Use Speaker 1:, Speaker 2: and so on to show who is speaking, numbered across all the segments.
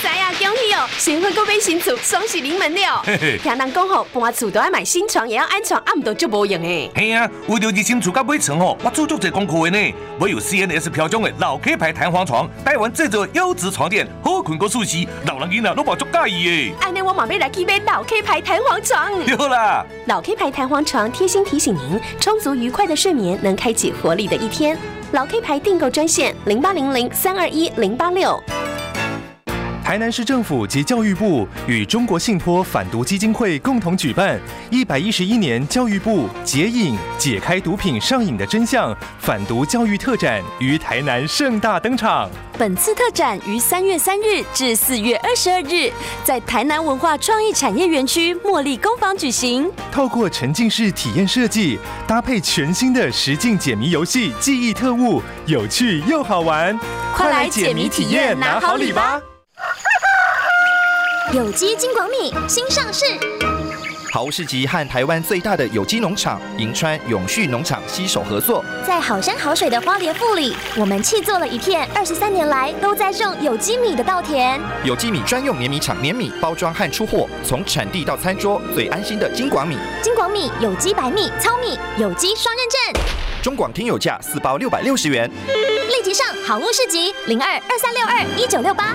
Speaker 1: 知啊，恭喜哦！新婚购买新厝，双喜临门了。
Speaker 2: 嘿嘿
Speaker 1: 听人讲吼，搬厝都要买新床，也要安床，啊毋都足无用诶。
Speaker 2: 嘿啊，为了入新厝甲买床吼，我做足侪功课的呢。我有 CNS 飘奖的老 K 牌弹簧床，台湾制作优质床垫，好困过舒适，老人囡仔拢嘛足介意
Speaker 1: 安尼我马上来去买老 K 牌弹簧床。
Speaker 2: 的。 对啦，
Speaker 1: 老 K 牌弹簧床贴心提醒您，充足愉快的睡眠能开启活力的一天。老 K 牌订购专线零八零零三二一零八六。
Speaker 3: 台南市政府及教育部与中国信托反毒基金会共同举办一百一十一年教育部解瘾解开毒品上瘾的真相反毒教育特展于台南盛大登场。
Speaker 4: 本次特展于三月三日至四月二十二日，在台南文化创意产业园区茉莉工坊举行。
Speaker 3: 透过沉浸式体验设计，搭配全新的实境解谜游戏《记忆特务》，有趣又好玩，
Speaker 4: 快来解谜体验拿好礼吧！
Speaker 5: 有机金广米新上市，
Speaker 6: 好市集和台湾最大的有机农场银川永续农场携手合作，
Speaker 5: 在好山好水的花莲富里，我们砌作了一片二十三年来都在种有机米的稻田。
Speaker 6: 有机米专用碾米厂碾米包装和出货，从产地到餐桌最安心的金广米，
Speaker 5: 金广米有机白米、糙米有机双认证，
Speaker 6: 中广听友价四包六百六十元。
Speaker 5: 立即上好物市集零二二三六二一九六八。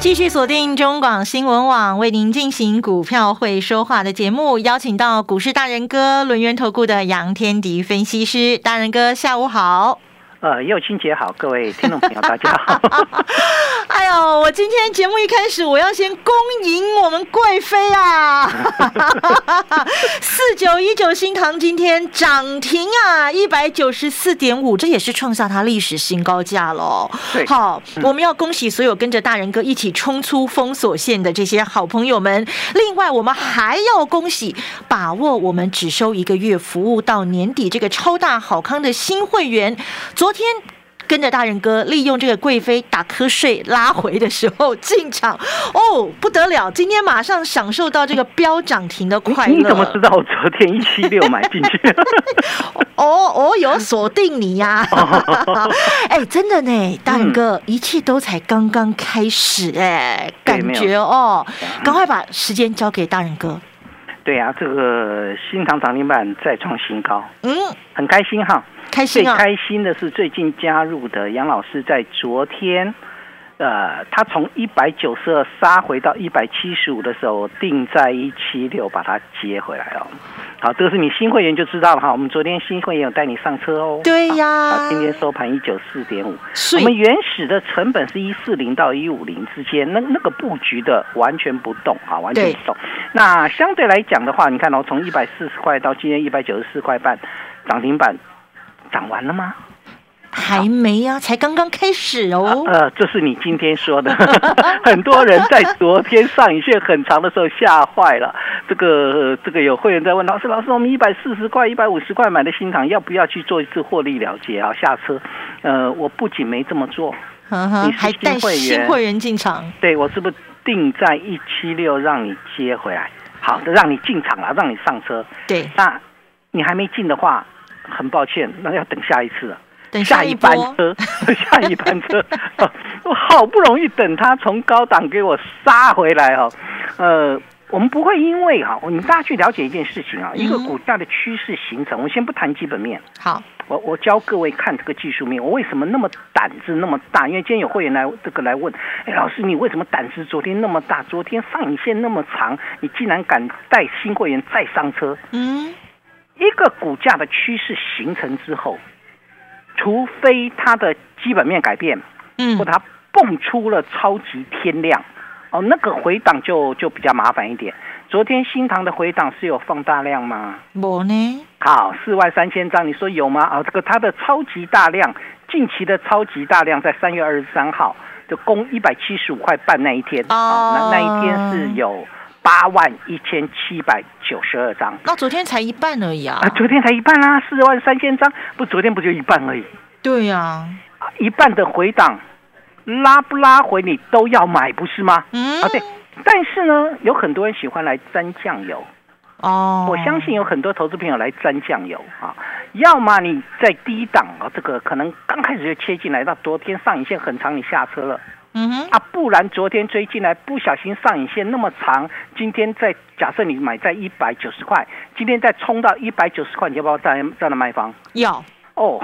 Speaker 7: 继续锁定中广新闻网为您进行股票会说话的节目，邀请到股市大人哥轮源投顾的杨天迪分析师，大人哥下午好。
Speaker 8: 呃，幼青姐好，各位听众朋友大家好。
Speaker 7: 哎呦，我今天节目一开始，我要先恭迎我们贵妃啊！四九一九新塘今天涨停啊，一百九十四点五，这也是创下它历史新高价喽
Speaker 8: 对。
Speaker 7: 好，我们要恭喜所有跟着大人哥一起冲出封锁线的这些好朋友们。另外，我们还要恭喜把握我们只收一个月服务到年底这个超大好康的新会员，昨天。跟着大人哥利用这个贵妃打瞌睡拉回的时候进场，哦，不得了！今天马上享受到这个飙涨停的快乐。
Speaker 8: 你怎么知道我昨天一七六买进去？
Speaker 7: 哦哦，有锁定你呀、
Speaker 8: 哦
Speaker 7: 哎、真的呢，大人哥，一切都才刚刚开始哎、
Speaker 8: 嗯对
Speaker 7: 感
Speaker 8: 没有嗯
Speaker 7: 觉哦，赶快把时间交给大人哥。
Speaker 8: 对啊，这个新塘涨停板再创新高，
Speaker 7: 嗯，
Speaker 8: 很开心哈。
Speaker 7: 开
Speaker 8: 最
Speaker 7: 心啊！
Speaker 8: 开心的是最近加入的杨老师，在昨天，呃，他从一百九十二杀回到一百七十五的时候，我定在一七六把它接回来哦。好，这个是你新会员就知道了哈。我们昨天新会员有带你上车哦。
Speaker 7: 对呀
Speaker 8: 好今天收盘一九四点五。
Speaker 7: 睡
Speaker 8: 我们原始的成本是一四零到一五零之间，那那个布局的完全不动啊，完全不动。那相对来讲的话，你看哦，从一百四十块到今天一百九十四块半，涨停板涨完了吗？
Speaker 7: 还没呀、才刚刚开始哦。
Speaker 8: 呃，这是你今天说的， 很多人在昨天上影线很长的时候吓坏了。这个这个有会员在问老师，老师，我们一百四十块、一百五十块买的新塘，要不要去做一次获利了结啊？下车，呃，我不仅没这么做，
Speaker 7: 呵呵
Speaker 8: 啊你是
Speaker 7: 嗯还带
Speaker 8: 新会员
Speaker 7: 新会员进场，
Speaker 8: 对我是不是定在一七六让你接回来？好的，让你进场了，让你上车。
Speaker 7: 对，
Speaker 8: 那你还没进的话，很抱歉，那要等下一次了。
Speaker 7: 等
Speaker 8: 下
Speaker 7: 一
Speaker 8: 一
Speaker 7: 波
Speaker 8: 班车， 下一班车， 哦我好不容易等他从高档给我杀回来哦，呃。我们不会因为哈，你大家去了解一件事情啊，一
Speaker 7: 嗯
Speaker 8: 个股价的趋势形成，我先不谈基本面，
Speaker 7: 好，
Speaker 8: 我我教各位看这个技术面，我为什么那么胆子那么大？因为今天有会员来这个来问，哎，老师你为什么胆子昨天那么大？昨天上影线那么长，你竟然敢带新会员再上车？
Speaker 7: 嗯，
Speaker 8: 一个股价的趋势形成之后，除非它的基本面改变，
Speaker 7: 嗯
Speaker 8: 或它蹦出了超级天量，哦，那个回档就就比较麻烦一点。昨天新塘的回档是有放大量吗？
Speaker 7: 我呢？
Speaker 8: 好，四万三千张，你说有吗？啊，这个它的超级大量，近期的超级大量在三月二十三号就攻一百七十五块半那一天，
Speaker 7: 哦
Speaker 8: 那那一天是有八万一千七百九十二张。
Speaker 7: 那昨天才一半而已啊。
Speaker 8: 啊，昨天才一半啦、四万三千张，不，昨天不就一半而已，
Speaker 7: 对呀、
Speaker 8: 啊一半的回档，拉不拉回你都要买，不是吗？
Speaker 7: 嗯
Speaker 8: 啊，对。但是呢，有很多人喜欢来沾酱油，
Speaker 7: 哦，
Speaker 8: 我相信有很多投资朋友来沾酱油啊。要么你在低档啊，这个可能刚开始就切进来，到昨天上影线很长，你下车了。
Speaker 7: 嗯哼，
Speaker 8: 啊，不然昨天追进来，不小心上影线那么长，今天再假设你买在一百九十块，今天再冲到一百九十块，你要不要再再来卖方？
Speaker 7: 要
Speaker 8: 哦，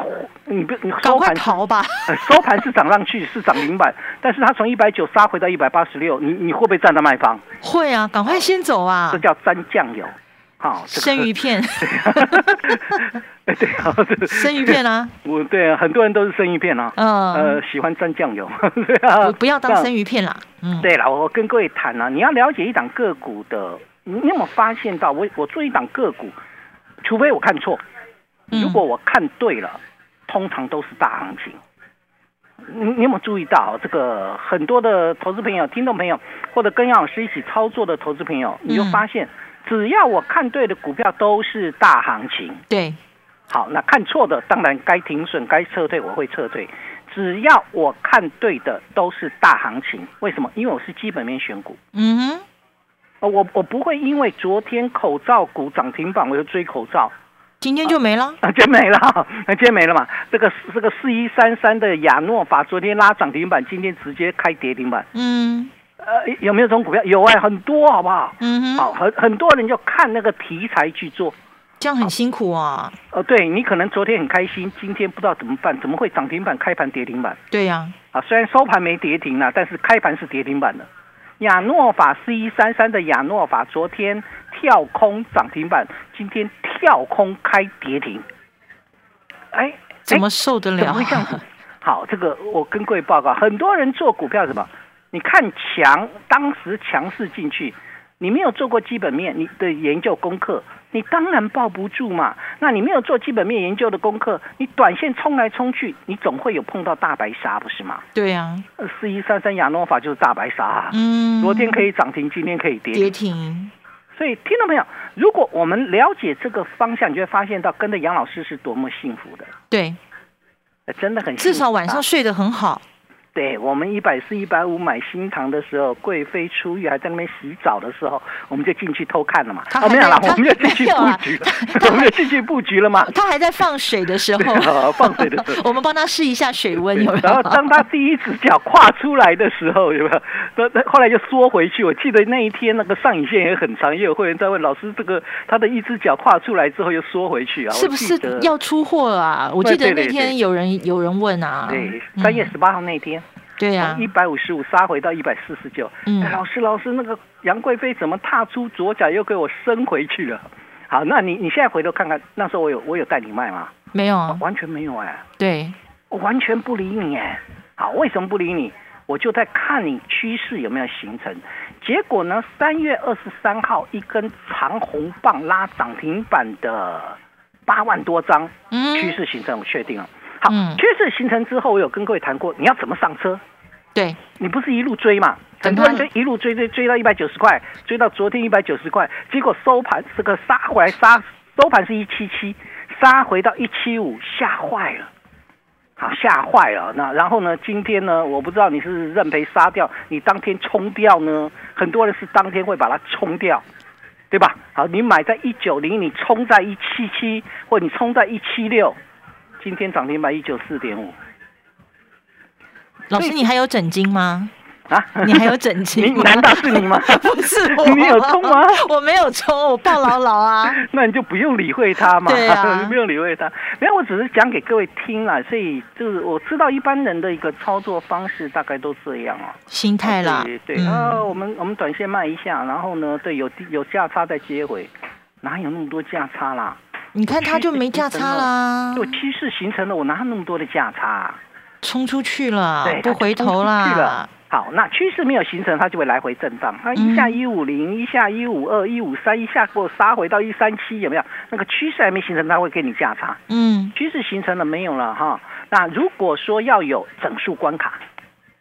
Speaker 8: 你不你
Speaker 7: 赶
Speaker 8: 收
Speaker 7: 快
Speaker 8: 盘
Speaker 7: 逃吧。
Speaker 8: 呃 收盘是涨上去，是涨零板，但是它从一百九杀回到一百八十六，你你会不会站在卖方？
Speaker 7: 会啊，赶快先走啊
Speaker 8: 这，叫沾酱油，好、这个
Speaker 7: 生鱼 片，
Speaker 8: 哎啊对啊，这个
Speaker 7: 生鱼片啊，
Speaker 8: 我对啊，很多人都是生鱼片啊，
Speaker 7: 嗯
Speaker 8: 呃，喜欢沾酱油， 对啊
Speaker 7: 我，不要当
Speaker 8: 那
Speaker 7: 生鱼片啦。嗯，
Speaker 8: 对了，我跟各位谈啊，你要了解一档个股的，你有没有发现到我我做一档个股，除非我看错，
Speaker 7: 嗯
Speaker 8: 如果我看对了，通常都是大行情。你你有没有注意到这个很多的投资朋友、听众朋友，或者跟杨老师一起操作的投资朋友，你就
Speaker 7: 嗯
Speaker 8: 发现，只要我看对的股票都是大行情。
Speaker 7: 对，
Speaker 8: 好，那看错的当然该停损、该撤退，我会撤退。只要我看对的都是大行情，为什么？因为我是基本面选股，
Speaker 7: 嗯哼，
Speaker 8: 呃我我不会因为昨天口罩股涨停板我就追口罩
Speaker 7: 今天就没了。
Speaker 8: 啊，今天没了， 今天没了嘛。这个这个四一三三的亚诺法昨天拉涨停板，今天直接开跌停板，
Speaker 7: 嗯
Speaker 8: 呃，有没有这种股票？有哎、很多好不好？
Speaker 7: 嗯哼，
Speaker 8: 好，很很多人就看那个题材去做，
Speaker 7: 这样很辛苦啊。
Speaker 8: 呃，对你可能昨天很开心，今天不知道怎么办，怎么会涨停板开盘跌停板？
Speaker 7: 对呀、
Speaker 8: 啊，虽然收盘没跌停啦，但是开盘是跌停板的。亚诺法四一三三的亚诺法，昨天跳空涨停板，今天跳空开跌停。哎，
Speaker 7: 怎么
Speaker 8: 哎
Speaker 7: 受得
Speaker 8: 怎
Speaker 7: 了
Speaker 8: 么会这样子
Speaker 7: 啊？？
Speaker 8: 好，这个我跟各位报告，很多人做股票什么？你看强，当时强势进去，你没有做过基本面，你的研究功课，你当然抱不住嘛。那你没有做基本面研究的功课，你短线冲来冲去，你总会有碰到大白鲨，不是吗？
Speaker 7: 对呀、
Speaker 8: 呃四一三三亚诺法就是大白鲨、啊，
Speaker 7: 嗯，
Speaker 8: 昨天可
Speaker 7: 以
Speaker 8: 以涨停，今天可以跌
Speaker 7: 跌
Speaker 8: 停。
Speaker 7: 停，
Speaker 8: 所以听到没有？如果我们了解这个方向，你就会发现到跟着杨老师是多么幸福的，
Speaker 7: 对，
Speaker 8: 呃真的很幸福啊
Speaker 7: 至少晚上睡得很好。
Speaker 8: 对我们一百四、一百五买新塘的时候，贵妃出浴还在那边洗澡的时候，我们就进去偷看了嘛。
Speaker 7: 他
Speaker 8: 啊，
Speaker 7: 还
Speaker 8: 没有啦，
Speaker 7: 在
Speaker 8: 我们就进去
Speaker 7: 没有啊
Speaker 8: 布
Speaker 7: 啦
Speaker 8: 局了
Speaker 7: 他，他
Speaker 8: 我们就进去布局了嘛。
Speaker 7: 他还在放水 的时候，
Speaker 8: 啊放水的时候
Speaker 7: 我们帮他试一下水温有没
Speaker 8: 然后
Speaker 7: 有？
Speaker 8: 当他第一只脚跨出来的时候，有没有？那那后来就缩回去。我记得那一天那个上影线也很长，也有会员在问老师，这个他的一只脚跨出来之后又缩回去啊，
Speaker 7: 是不
Speaker 8: 我
Speaker 7: 是
Speaker 8: 记得
Speaker 7: 要出货啊？我
Speaker 8: 对
Speaker 7: 记得
Speaker 8: 对对
Speaker 7: 那天
Speaker 8: 对
Speaker 7: 有人有人问啊，
Speaker 8: 对
Speaker 7: 嗯
Speaker 8: 三月十八号那天，
Speaker 7: 对呀、
Speaker 8: 一百五十五杀回到一百四十九。
Speaker 7: 嗯
Speaker 8: 哎老师，老师，那个杨贵妃怎么踏出左脚又给我伸回去了？好，那你你现在回头看看，那时候我有我有带你卖吗？
Speaker 7: 没有啊，
Speaker 8: 完全没有哎，
Speaker 7: 对，
Speaker 8: 我完全不理你哎。好，为什么不理你？我就在看你趋势有没有形成。结果呢，三月二十三号一根长红棒拉涨停板的八万多张，
Speaker 7: 嗯，
Speaker 8: 趋势形成我确定了。好
Speaker 7: 嗯，
Speaker 8: 趋势形成之后，我有跟各位谈过，你要怎么上车？
Speaker 7: 对，
Speaker 8: 你不是一路追嘛？很
Speaker 7: 等它
Speaker 8: 多人就一路追追追到一百九十块，追到昨天一百九十块，结果收盘这个杀回来杀，收盘是一七七，杀回到一七五，吓坏了，好吓坏了。那然后呢？今天呢？我不知道你是认赔杀掉，你当天冲掉呢？很多人是当天会把它冲掉，对吧？好，你买在一九零，你冲在一七七，或你冲在一七六，今天涨停板一九四点五
Speaker 7: 老师
Speaker 8: 所以
Speaker 7: 你还有枕巾吗？
Speaker 8: 啊！
Speaker 7: 你还有枕巾
Speaker 8: 你
Speaker 7: 吗？
Speaker 8: 难道是你吗
Speaker 7: 不是我，
Speaker 8: 你有冲吗？
Speaker 7: 我没有冲，我抱牢牢啊。
Speaker 8: 那你就不用理会他嘛，
Speaker 7: 对啊
Speaker 8: 不用理会他。没有，我只是讲给各位听啦，所以就是我知道一般人的一个操作方式大概都这样哦。
Speaker 7: 心态啦，
Speaker 8: 对对，啊、
Speaker 7: 嗯，
Speaker 8: 我们我们短线卖一下，然后呢，对，有有价差再接回，哪有那么多价差啦？
Speaker 7: 你看他就没价差啦，
Speaker 8: 哦就趋势形成了，我哪有那么多的价差、啊？
Speaker 7: 冲出去了
Speaker 8: 对，
Speaker 7: 不回头
Speaker 8: 他就冲出去
Speaker 7: 啦嗯
Speaker 8: 了，好，那趋势没有形成，它就会来回震荡。它一下一五零，一下一五二，一五三，一下给我杀回到一三七，有没有？那个趋势还没形成，它会给你价差。
Speaker 7: 嗯
Speaker 8: 趋势形成了没有了哈？那如果说要有整数关卡，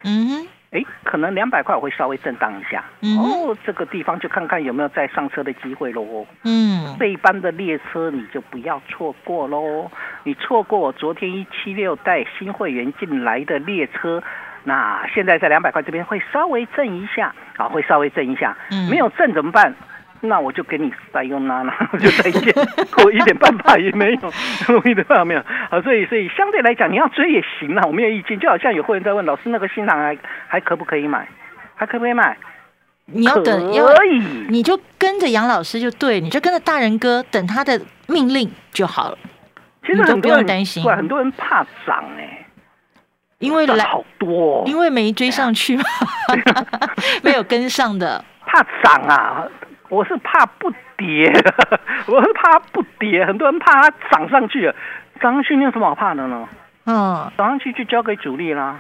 Speaker 7: 嗯
Speaker 8: 哎，可能两百块我会稍微震荡一下。
Speaker 7: 嗯哼
Speaker 8: 哦，这个地方就看看有没有再上车的机会喽。
Speaker 7: 嗯，
Speaker 8: 这一班的列车你就不要错过喽。你错过我昨天一七六带新会员进来的列车，那现在在两百块这边会稍微震一下，啊，会稍微震一下。
Speaker 7: 嗯
Speaker 8: 没有震怎么办？那我就给你塞用啦， 我就再见，我一点办法也没有， 我一点办法没有。啊，所以所以相对来讲，你要追也行啦，我没有意见。就好像有会员在问老师，那个新塘还还可不可以买？还可不可以买？
Speaker 7: 你要等，要
Speaker 8: 可以。
Speaker 7: 你就跟着杨老师就对，你就跟着大人哥等他的命令就好了，
Speaker 8: 其实
Speaker 7: 你都
Speaker 8: 很
Speaker 7: 不
Speaker 8: 多
Speaker 7: 用
Speaker 8: 人
Speaker 7: 担心
Speaker 8: 对，很多人怕涨哎、
Speaker 7: 因为
Speaker 8: 涨
Speaker 7: 来
Speaker 8: 好多、哦，
Speaker 7: 因为没追 上去嘛，没有跟上的，
Speaker 8: 怕涨啊，我是怕不跌， 我是怕不跌。很多人怕它涨上去了，涨上去你有什么好怕的呢？
Speaker 7: 嗯
Speaker 8: 涨上去就交给主力啦。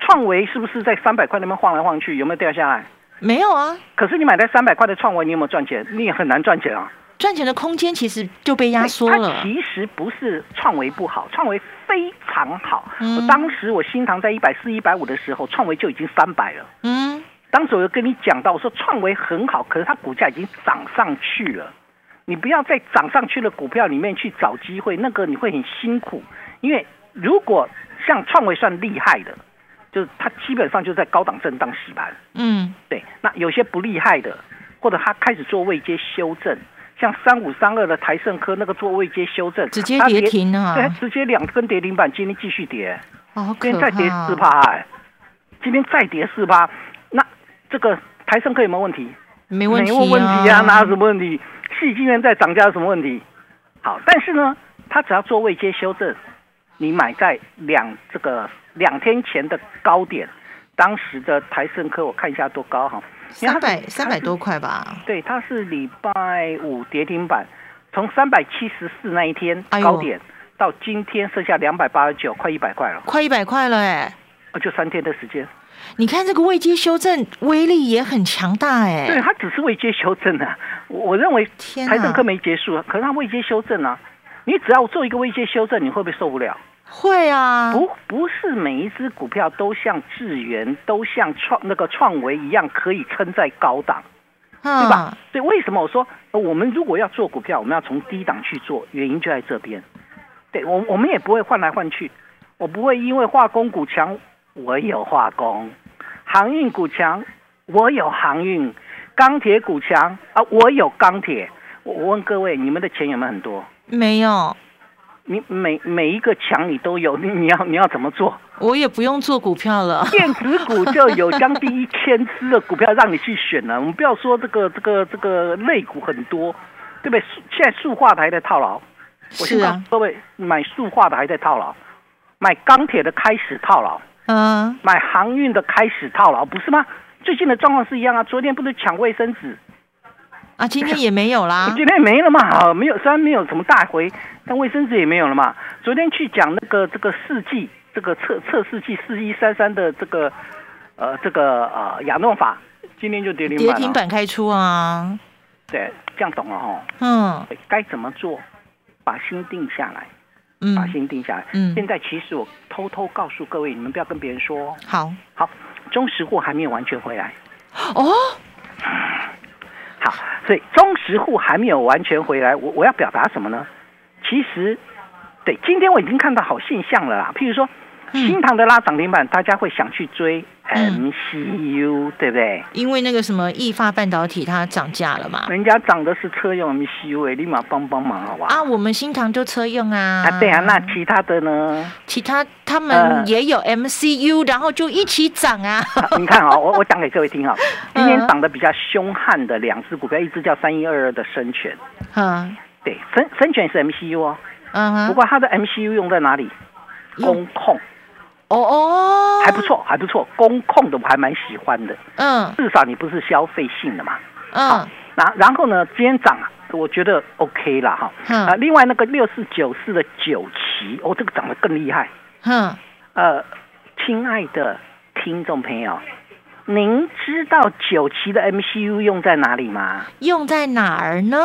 Speaker 8: 创维是不是在三百块那边晃来晃去？有没有掉下来？
Speaker 7: 没有啊，
Speaker 8: 可是你买在三百块的创维，你有没有赚钱？你也很难赚钱啊。
Speaker 7: 赚钱的空间其实就被压缩
Speaker 8: 它
Speaker 7: 了，
Speaker 8: 哎其实不是创维不好，创维非常好。
Speaker 7: 嗯
Speaker 8: 我当时我新塘在一百四、一百五的时候，创维就已经三百了。
Speaker 7: 嗯
Speaker 8: 当时我就跟你讲到，我说创维很好，可是它股价已经涨上去了，你不要在涨上去的股票里面去找机会，那个你会很辛苦，因为如果像创维算厉害的，就是它基本上就在高档震荡洗盘，
Speaker 7: 嗯
Speaker 8: 对，那有些不厉害的，或者它开始做位阶修正。像三五三二的台盛科那个做位阶修正，
Speaker 7: 直接
Speaker 8: 它
Speaker 7: 跌停啊
Speaker 8: 对，它直接两根跌停板，今天继续跌。
Speaker 7: 哦好
Speaker 8: 今天
Speaker 7: 可
Speaker 8: 再跌
Speaker 7: 怕
Speaker 8: 四，趴、哎，今天再跌四趴，那这个台盛科有没有问题？
Speaker 7: 没问题
Speaker 8: 没有问题啊，哪有什么问题？戏晶元在涨价有什么问题？好，但是呢，它只要做位阶修正，你买在两这个两天前的高点，当时的台盛科我看一下多高哈，因为它是
Speaker 7: 三百三百多块吧，
Speaker 8: 对，它是礼拜五跌停板，从三百七十四那一天
Speaker 7: 哎呦
Speaker 8: 高点、到今天剩下两百八十九，快一百块了，
Speaker 7: 快一百块了哎、
Speaker 8: 呃就三天的时间。
Speaker 7: 你看这个未接修正威力也很强大哎、
Speaker 8: 对，它只是未接修正啊。我我认为
Speaker 7: 天
Speaker 8: 台
Speaker 7: 哪
Speaker 8: 政课没结束啊，可是它未接修正啊。你只要做一个未接修正，你会不会受不了？
Speaker 7: 会啊，
Speaker 8: 不，不是每一只股票都像智源、都像创那个创维一样可以撑在高档，对吧
Speaker 7: 嗯，？
Speaker 8: 所以为什么我说呃我们如果要做股票，我们要从低档去做，原因就在这边。对我，我们也不会换来换去，我不会因为化工股强，我有化工；航运股强，我有航运；钢铁股强啊，我有钢铁。我我问各位，你们的钱有没有很多？
Speaker 7: 没有，
Speaker 8: 你每每一个强你都有，你你要你要怎么做？
Speaker 7: 我也不用做股票了。
Speaker 8: 电子股就有将近一千只的股票让你去选了。我们不要说这个这个这个类股很多，对不对？塑现在塑化的还在套牢，我先
Speaker 7: 是
Speaker 8: 告
Speaker 7: 啊
Speaker 8: 诉各位，买塑化的还在套牢，买钢铁的开始套牢，
Speaker 7: 嗯，
Speaker 8: 买航运的开始套牢，不是吗？最近的状况是一样啊，昨天不是抢卫生纸，
Speaker 7: 啊，今天也没有啦。
Speaker 8: 今天没了嘛，啊没有，虽然没有什么大回，但卫生纸也没有了嘛。昨天去讲那个这个试剂，这个测测试剂四一三三的这个呃这个呃亚诺法，今天就跌停板
Speaker 7: 跌
Speaker 8: 了。
Speaker 7: 停板开出啊，
Speaker 8: 对，这样懂了哦。
Speaker 7: 嗯
Speaker 8: 对该怎么做？把心定下来，把
Speaker 7: 嗯，
Speaker 8: 心定下来。
Speaker 7: 嗯
Speaker 8: 现在其实我偷偷告诉各位，你们不要跟别人说哦。
Speaker 7: 好
Speaker 8: 好，中石货还没有完全回来。
Speaker 7: 哦，
Speaker 8: 好，所以中实户还没有完全回来，我我要表达什么呢？其实，对，今天我已经看到好现象了啦。譬如说，
Speaker 7: 嗯
Speaker 8: 新塘的拉涨停板，大家会想去追哎
Speaker 7: 嗯
Speaker 8: MCU，、对不对？
Speaker 7: 因为那个什么易发半导体它涨价了嘛，
Speaker 8: 人家涨的是车用 MCU，哎，立马帮帮忙，好吧？
Speaker 7: 啊，我们新塘就车用啊，
Speaker 8: 啊，对啊，那其他的 呢？
Speaker 7: 其他他们
Speaker 8: 呃
Speaker 7: 也有 MCU，然后就一起涨啊，
Speaker 8: 啊你看啊、我我讲给各位听啊、今天
Speaker 7: 嗯
Speaker 8: 涨得比较凶悍的两只股票，一只叫三一二二的深全，
Speaker 7: 嗯
Speaker 8: 对，深深全是 MCU 哦，
Speaker 7: 嗯
Speaker 8: 不
Speaker 7: 哼，
Speaker 8: 过它的 MCU 用在哪里？
Speaker 7: 用
Speaker 8: 工控。
Speaker 7: 哦哦，
Speaker 8: 还不，错，还不错，工控的我还蛮喜欢的，
Speaker 7: 嗯
Speaker 8: 至少你不是消费性的嘛。
Speaker 7: 嗯
Speaker 8: 然然后呢，今天涨啊，我觉得 OK 啦哈。
Speaker 7: 嗯
Speaker 8: 啊，另外那个六四九四的九旗，哦，这个涨得更厉害。
Speaker 7: 哼，
Speaker 8: 呃，亲爱的听众朋友，您知道九期的 MCU 用在哪里吗？
Speaker 7: 用在哪儿呢？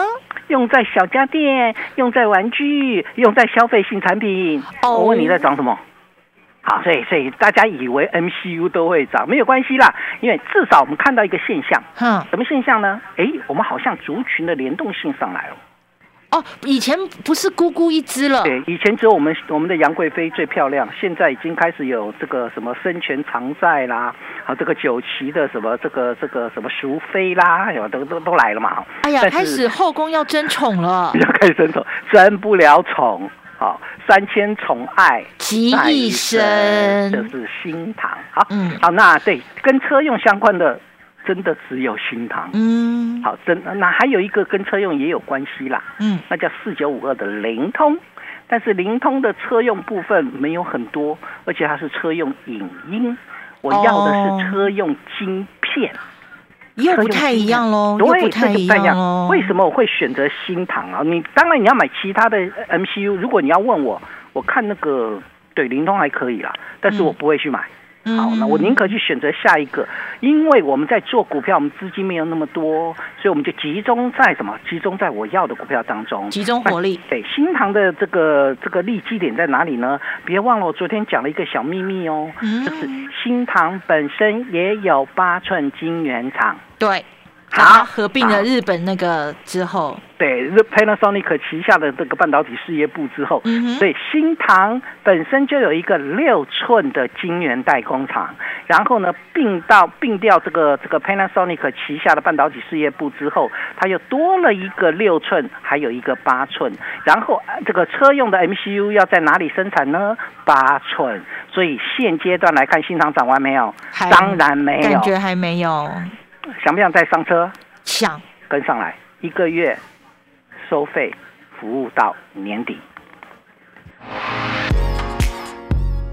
Speaker 8: 用在小家电，用在玩具，用在消费性产品。
Speaker 7: 哦
Speaker 8: 我问你在涨什么？好，所以所以大家以为 MCU 都会涨，没有关系啦，因为至少我们看到一个现象，
Speaker 7: 哼，
Speaker 8: 什么现象呢？诶，我们好像族群的联动性上来了。
Speaker 7: 哦，以前不是咕咕一只了，
Speaker 8: 对，以前只有我们我们的杨贵妃最漂亮，现在已经开始有这个什么生前常在啦，啊，这个九旗的什么这个这个什么淑妃啦，哎呦，都都都来了嘛。
Speaker 7: 哎呀，
Speaker 8: 但是
Speaker 7: 开始后宫要争宠 了
Speaker 8: 比，较开始争宠，争不了宠。好、三千宠爱
Speaker 7: 集
Speaker 8: 在
Speaker 7: 一身
Speaker 8: 身，这是新唐。好，
Speaker 7: 嗯
Speaker 8: 好，那对跟车用相关的，真的只有新唐。
Speaker 7: 嗯
Speaker 8: 好，真那还有一个跟车用也有关系啦，
Speaker 7: 嗯，
Speaker 8: 那叫四九五二的灵通。但是灵通的车用部分没有很多，而且它是车用影音，我要的
Speaker 7: 哦
Speaker 8: 是车用晶片。
Speaker 7: 又不太一样喽，又
Speaker 8: 对，
Speaker 7: 不
Speaker 8: 这
Speaker 7: 太
Speaker 8: 就
Speaker 7: 一
Speaker 8: 不太
Speaker 7: 样喽。
Speaker 8: 为什么我会选择新唐啊？你当然你要买其他的呃 MCU，如果你要问我，我看那个对灵通还可以啦，但是我不会去买。
Speaker 7: 嗯
Speaker 8: 好，那我宁可去选择下一个，因为我们在做股票，我们资金没有那么多，所以我们就集中在什么？集中在我要的股票当中，
Speaker 7: 集中火力？
Speaker 8: 对，新塘的这个这个利基点在哪里呢？别忘了我昨天讲了一个小秘密哦，
Speaker 7: 嗯
Speaker 8: 就是新塘本身也有八寸晶圆厂。
Speaker 7: 对，
Speaker 8: 好
Speaker 7: 它合并了
Speaker 8: 好
Speaker 7: 日本那个之后，
Speaker 8: 对日 Panasonic 旗下的这个半导体事业部之后，
Speaker 7: 嗯哼
Speaker 8: 所以新唐本身就有一个六寸的晶圆代工厂，然后呢并到并掉这个这个 Panasonic 旗下的半导体事业部之后，它又多了一个六寸，还有一个八寸，然后呃这个车用的 MCU 要在哪里生产呢？八寸，所以现阶段来看，新唐涨完没有？
Speaker 7: 还
Speaker 8: 当然没有
Speaker 7: 感，觉还没有
Speaker 8: 想不想再上车？
Speaker 7: 想
Speaker 8: 跟上来，一个月收费服务到年底。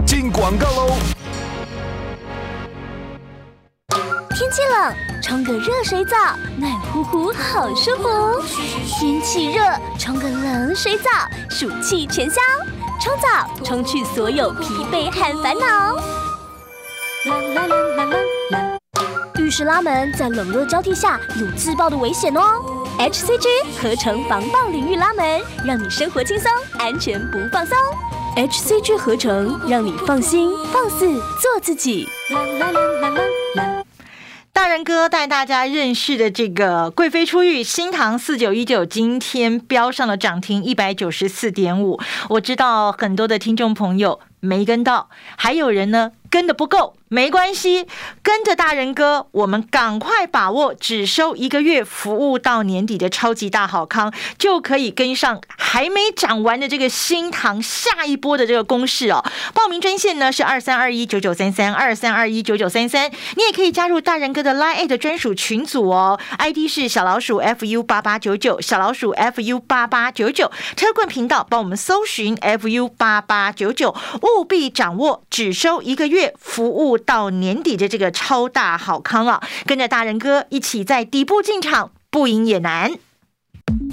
Speaker 9: 进广告喽。
Speaker 5: 天气冷，冲个热水澡，暖乎乎，好舒服。天气热，冲个冷水澡，暑气全消。冲澡，冲去所有疲惫和烦恼。啦啦啦啦啦啦！浴室拉门在冷热交替下有自爆的危险哦。HCG 合成防爆淋浴拉门，让你生活轻松，安全不放松。HCG 合成，让你放心放肆做自己。啦啦啦啦啦啦！
Speaker 7: 大人哥带大家认识的这个贵妃出狱，新塘四九一九今天标上了涨停一百九十四点五。我知道很多的听众朋友没跟到，还有人呢跟的不够，没关系，跟着大人哥，我们赶快把握只收一个月服务到年底的超级大好康，就可以跟上还没涨完的这个新塘下一波的这个攻势哦。报名专线呢是二三二一九九三三二三二一九九三三，你也可以加入大人哥的 Line 的专属群组哦，ID 是小老鼠 fu 八八九九，小老鼠 fu 八八九九，车棍频道帮我们搜寻 fu 八八九九，务必掌握只收一个月，服务到年底的这个超大好康啊！跟着大人哥一起在底部进场，不赢也难。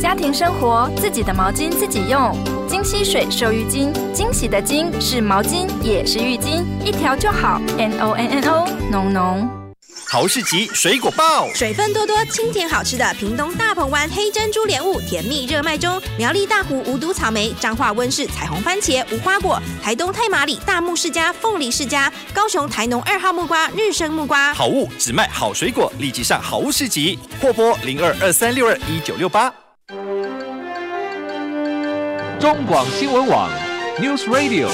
Speaker 10: 家庭生活自己的毛巾自己用，金吸水瘦浴巾，惊喜的惊是毛巾也是浴巾，一条就好，N O N N O，浓浓。
Speaker 6: 豪士集水果报，
Speaker 11: 水分多多、清甜好吃的屏东大鹏湾黑珍珠莲雾甜蜜热卖中，苗栗大湖无毒草莓、彰化温室彩虹番茄无花果、台东太麻里大木世家凤梨世家、高雄台农二号木瓜日升木瓜。
Speaker 6: 好物只卖好水果，立即上好物市集，或拨零二二三六二一九六八。
Speaker 12: 中广新闻网 News Radio。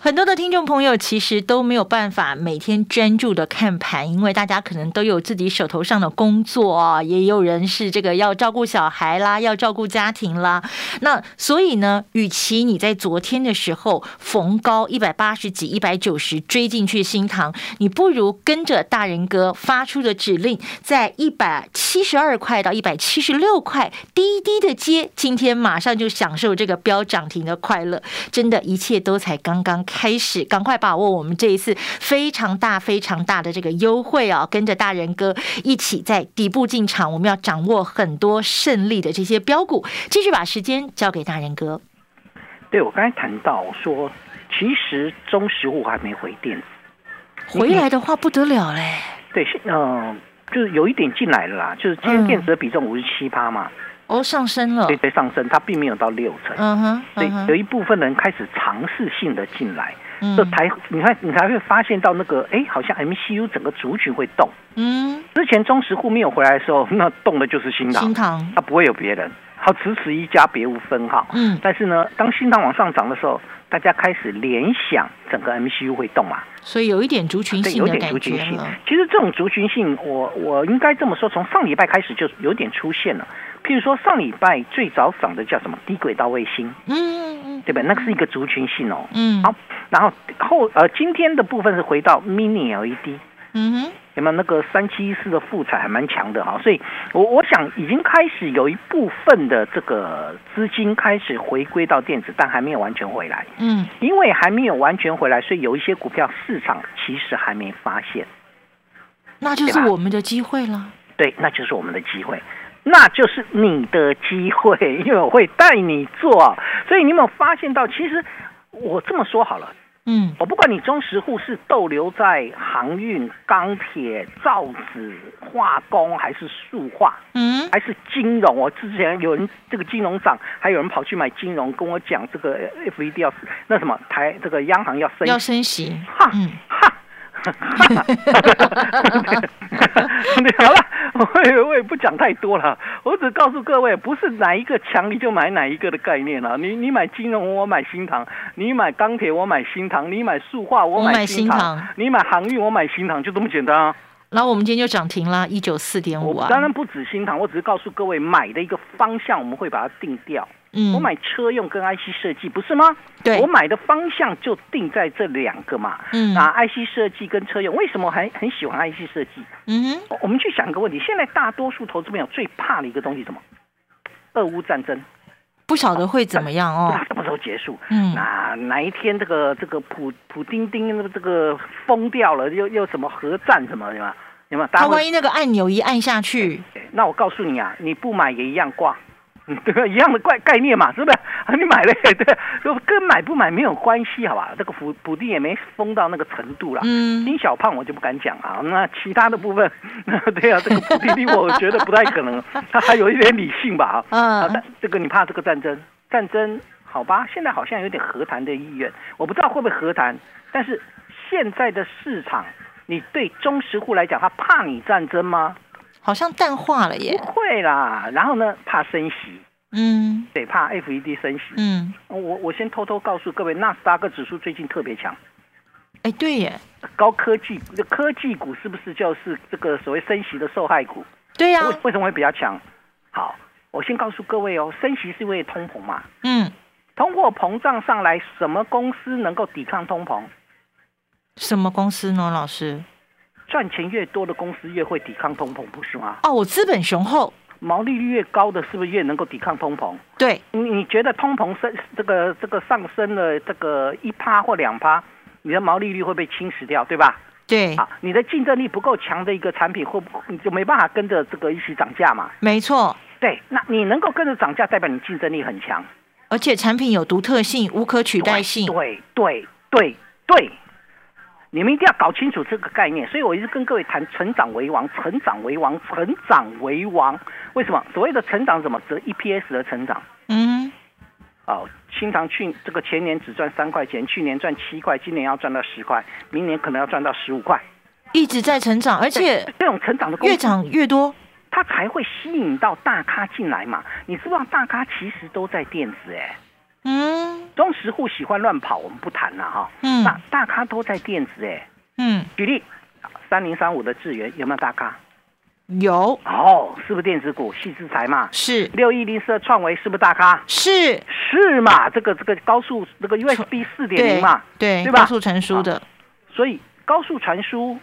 Speaker 7: 很多的听众朋友其实都没有办法每天专注的看盘，因为大家可能都有自己手头上的工作啊，也有人是这个要照顾小孩啦，要照顾家庭啦。那所以呢，与其你在昨天的时候逢高一百八十几、一百九十追进去新塘，你不如跟着大人哥发出的指令，在一百七十二块到一百七十六块低低的接，今天马上就享受这个标涨停的快乐。真的，一切都才刚刚开始，赶快把握我们这一次非常大、非常大的这个优惠啊！跟着大人哥一起在底部进场，我们要掌握很多胜利的这些标股。继续把时间交给大人哥。
Speaker 8: 对我刚才谈到说，其实中石物还没回电，
Speaker 7: 回来的话不得了嘞！
Speaker 8: 对，是嗯、就是有一点进来了啦，就是今
Speaker 7: 嗯
Speaker 8: 天电子的比重五十七趴嘛，
Speaker 7: 哦，上升了
Speaker 8: 对，对上升，它并没有到六成，
Speaker 7: 嗯哼，
Speaker 8: 所
Speaker 7: 嗯
Speaker 8: 以
Speaker 7: 哼
Speaker 8: 有一部分人开始尝试性的进来，
Speaker 7: 嗯
Speaker 8: 这才你看你才会发现到那个哎，好像 MCU 整个族群会动。
Speaker 7: 嗯，
Speaker 8: 之前中石户没有回来的时候，那动的就是新塘，
Speaker 7: 新塘
Speaker 8: 它不会有别人，好只此一家别无分号。
Speaker 7: 嗯，
Speaker 8: 但是呢，当新塘往上涨的时候，大家开始联想整个 MCU 会动嘛，
Speaker 7: 所以有一点族群
Speaker 8: 对，
Speaker 7: 性
Speaker 8: 有
Speaker 7: 的
Speaker 8: 点
Speaker 7: 感
Speaker 8: 族群
Speaker 7: 觉
Speaker 8: 性
Speaker 7: 了。。
Speaker 8: 其实这种族群性，我我应该这么说，从上礼拜开始就有点出现了。譬如说上礼拜最早涨的叫什么低轨道卫星，
Speaker 7: 嗯
Speaker 8: 对吧？那个是一个族群性哦。
Speaker 7: 嗯
Speaker 8: 好，然后后呃今天的部分是回到 mini LED。
Speaker 7: 嗯哼，
Speaker 8: 有没有那个三七一四的复彩还蛮强的哈、所以我我想已经开始有一部分的这个资金开始回归到电子，但还没有完全回来，
Speaker 7: 嗯
Speaker 8: 因为还没有完全回来，所以有一些股票市场其实还没发现，
Speaker 7: 那就是我们的机会了。
Speaker 8: 对，那就是我们的机会。那就是你的机会，因为我会带你做，所以你有没有发现到？其实我这么说好了，
Speaker 7: 嗯
Speaker 8: 我不管你中石户是逗留在航运、钢铁、造纸、化工还是塑化，
Speaker 7: 嗯，
Speaker 8: 还是金融。我之前有人这个金融涨，还有人跑去买金融，跟我讲这个呃 FED 要那什么台这个央行要升息
Speaker 7: 要升息。
Speaker 8: 哈
Speaker 7: 嗯，
Speaker 8: 好了， 我也我也不讲太多了，我只告诉各位，不是哪一个强你就买哪一个的概念啊。你你买金融，我买新塘；你买钢铁，我买新塘；你买塑化，我
Speaker 7: 我买
Speaker 8: 买
Speaker 7: 新
Speaker 8: 塘
Speaker 7: 塘；
Speaker 8: 你买航运，我买新塘，就这么简单啊。
Speaker 7: 然后我们今天就涨停啦，一九四点五啊。
Speaker 8: 当然不止新塘，我只是告诉各位买的一个方向，我们会把它定掉。
Speaker 7: 嗯
Speaker 8: 我买车用跟 IC 设计，不是吗？
Speaker 7: 对
Speaker 8: 我买的方向就定在这两个嘛。
Speaker 7: 嗯
Speaker 8: 那 IC 设计跟车用，为什么很很喜欢 IC 设计？
Speaker 7: 嗯
Speaker 8: 我我们去想一个问题，现在大多数投资朋友最怕的一个东西是什么？俄乌战争。
Speaker 7: 不晓得会怎么样哦。
Speaker 8: 什么时候结束？
Speaker 7: 嗯
Speaker 8: 那哪一天这个这个普普丁丁这个疯掉了，又又什么核战什么的嘛？有没有？大
Speaker 7: 他
Speaker 8: 家会
Speaker 7: 万一那个按钮一按下去，
Speaker 8: 那我告诉你啊，你不买也一样挂，嗯 对吧？一样的概概念嘛，是不是？ 啊，你买了，对，就跟买不买没有关系，好吧？这个补补丁也没疯到那个程度啦。
Speaker 7: 嗯
Speaker 8: 金小胖我就不敢讲啊，那其他的部分， 对啊，这个补丁丁我觉得不太可能，他还有一点理性吧啊。
Speaker 7: 嗯
Speaker 8: 啊，但这个你怕这个战争，战争好吧？现在好像有点和谈的意愿，我不知道会不会和谈，但是现在的市场。你对中石户来讲，他怕你战争吗？
Speaker 7: 好像淡化了耶。
Speaker 8: 会啦，然后呢，怕升息，
Speaker 7: 嗯
Speaker 8: 得怕 FED 升息。
Speaker 7: 嗯，
Speaker 8: 我我先偷偷告诉各位，纳斯达克指数最近特别强，
Speaker 7: 哎，对耶，
Speaker 8: 高科技科技股是不是就是这个所谓升息的受害股？
Speaker 7: 对啊呀、
Speaker 8: 为为什么会比较强？好，我先告诉各位哦，升息是因为通膨嘛，
Speaker 7: 嗯，
Speaker 8: 通货膨胀上来，什么公司能够抵抗通膨？
Speaker 7: 什么公司呢，老师？
Speaker 8: 赚钱越多的公司越会抵抗通膨，不是吗？
Speaker 7: 哦，我资本雄厚，
Speaker 8: 毛利率越高的，是不是越能够抵抗通膨？
Speaker 7: 对，
Speaker 8: 你你觉得通膨升这个这个上升了这个一趴或两趴，你的毛利率会被侵蚀掉，对吧？
Speaker 7: 对，
Speaker 8: 啊，你的竞争力不够强的一个产品，会不你就没办法跟着这个一起涨价嘛？
Speaker 7: 没错，
Speaker 8: 对，那你能够跟着涨价，代表你竞争力很强，
Speaker 7: 而且产品有独特性，无可取代性。
Speaker 8: 对对对对，你们一定要搞清楚这个概念。所以我一直跟各位谈成长为王，成长为王，成长为王。为什么所谓的成长是什么？指 EPS 的成长。
Speaker 7: 嗯，
Speaker 8: 哦，新塘去这个前年只赚三块钱，去年赚七块，今年要赚到十块，明年可能要赚到十五块。
Speaker 7: 一直在成长，而且
Speaker 8: 这种成长的公司
Speaker 7: 越涨越多。
Speaker 8: 它才会吸引到大咖进来嘛。你知不知道大咖其实都在电子哎、
Speaker 7: 嗯，
Speaker 8: 中实户喜欢乱跑，我们不谈了哈。
Speaker 7: 嗯
Speaker 8: 那大咖都在电子哎。
Speaker 7: 嗯，
Speaker 8: 举例，三零三五的智源有没有大咖？
Speaker 7: 有
Speaker 8: 哦，是不是电子股细资材嘛？
Speaker 7: 是。
Speaker 8: 六一零四的创维是不是大咖？
Speaker 7: 是
Speaker 8: 是嘛？这个这个高速这个 USB 四点
Speaker 7: 对
Speaker 8: 零嘛，
Speaker 7: 对
Speaker 8: 对
Speaker 7: 高
Speaker 8: 吧？啊
Speaker 7: 速传输的，
Speaker 8: 所以高速传输、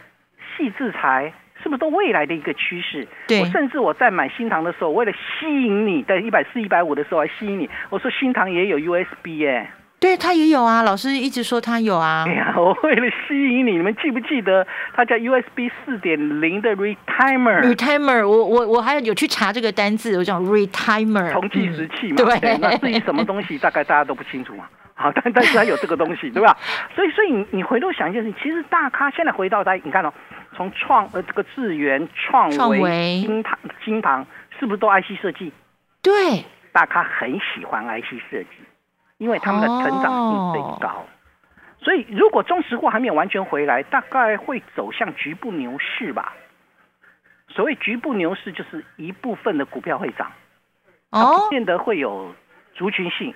Speaker 8: 细制裁，是不是都未来的一个趋势？
Speaker 7: 对
Speaker 8: 我甚至我在买新塘的时候，为了吸引你，在一百四、一百五的时候还吸引你，我说新塘也有 USB 耶、
Speaker 7: 对他也有啊，老师一直说他有啊。
Speaker 8: 哎呀， 我为了吸引你，你们记不记得它叫 USB 四点零的 retimer？
Speaker 7: retimer，我我我还有去查这个单字，我讲 retimer，
Speaker 8: 同计时器嘛，
Speaker 7: 嗯对，
Speaker 8: 那至于什么东西，大概大家都不清楚嘛。 好，但但是它有这个东西， 对吧？所以，所以你你回头想一件事情，其实大咖现在回到大家，你看哦，从创呃这个智源、创
Speaker 7: 创
Speaker 8: 维、
Speaker 7: 维
Speaker 8: 金堂、金堂，是不是都 IC 设计？
Speaker 7: 对，
Speaker 8: 大咖很喜欢 IC 设计，因为他们的成长性最高。
Speaker 7: 哦
Speaker 8: 所以，如果中石化还没有完全回来，大概会走向局部牛市吧。所谓局部牛市，就是一部分的股票会涨，它
Speaker 7: 哦
Speaker 8: 不见得会有族群性。啊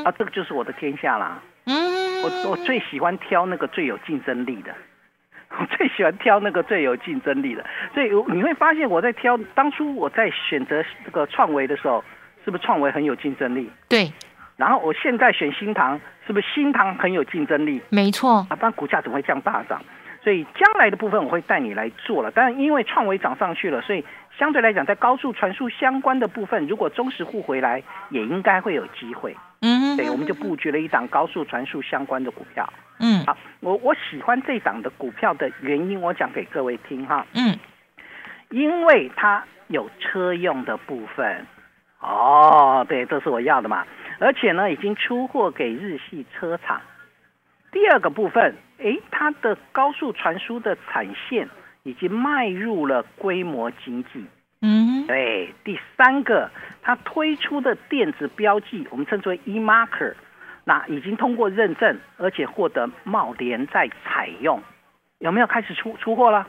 Speaker 7: 嗯
Speaker 8: 啊，这个就是我的天下啦。
Speaker 7: 嗯，
Speaker 8: 我我最喜欢挑那个最有竞争力的， 我最喜欢挑那个最有竞争力的。所以你会发现，我在挑当初我在选择这个创维的时候，是不是创维很有竞争力？
Speaker 7: 对，
Speaker 8: 然后我现在选新塘，是不是新塘很有竞争力？
Speaker 7: 没错，
Speaker 8: 啊，不然股价怎么会这样大涨？所以将来的部分我会带你来做了，但因为创维涨上去了，所以相对来讲，在高速传输相关的部分，如果中实户回来，也应该会有机会。
Speaker 7: 嗯，
Speaker 8: 对，我们就布局了一档高速传输相关的股票。
Speaker 7: 嗯
Speaker 8: 好，我我喜欢这档的股票的原因，我讲给各位听哈。
Speaker 7: 嗯，
Speaker 8: 因为它有车用的部分。哦，对，这是我要的嘛。而且呢，已经出货给日系车厂。第二个部分，诶，它的高速传输的产线已经迈入了规模经济。
Speaker 7: 嗯，
Speaker 8: 对，哎第三个，它推出的电子标记，我们称之为 e marker，那已经通过认证，而且获得茂联在采用，有没有开始出出货了？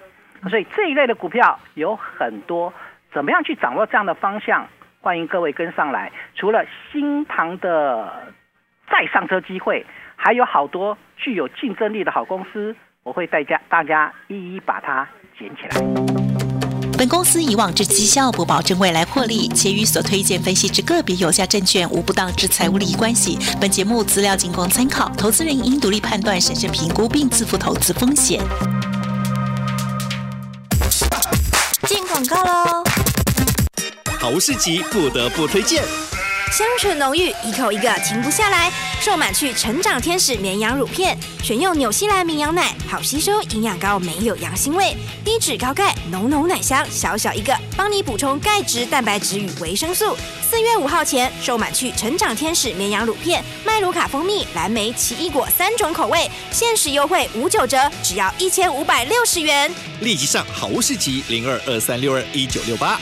Speaker 8: 所以这一类的股票有很多，怎么样去掌握这样的方向？欢迎各位跟上来。除了新塘的再上车机会，还有好多具有竞争力的好公司，我会带家大家一一把它捡起来。
Speaker 13: 本公司以往之绩效不保证未来获利，且与所推荐分析之个别有价证券无不当之财务利益关系。本节目资料仅供参考，投资人应独立判断、审慎评估并自负投资风险。
Speaker 11: 进广告喽。
Speaker 14: 好市集不得不推荐。
Speaker 11: 香醇浓郁，一口一个停不下来。瘦满去成长天使绵羊乳片，选用纽西兰绵羊奶，好吸收，营养高，没有羊腥味，低脂高钙，浓浓奶香，小小一个，帮你补充钙质、蛋白质与维生素。四月五号前，瘦满去成长天使绵羊乳片、麦卢卡蜂蜜、蓝莓、奇异果三种口味，限时优惠五九折，只要一千五百六十元。
Speaker 14: 立即上好物市集零二二三六二一九六八。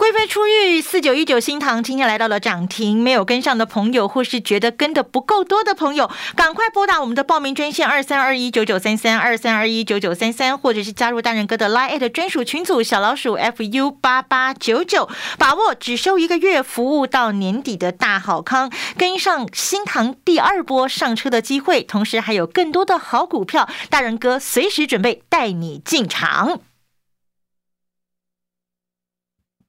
Speaker 7: 贵妃出狱，四九一九新塘今天来到了涨停，没有跟上的朋友，或是觉得跟的不够多的朋友，赶快拨打我们的报名专线二三二一九九三三二三二一九九三三，或者是加入大人哥的 Line 专属群组小老鼠 fu 八八九九，把握只收一个月，服务到年底的大好康，跟上新塘第二波上车的机会，同时还有更多的好股票，大人哥随时准备带你进场。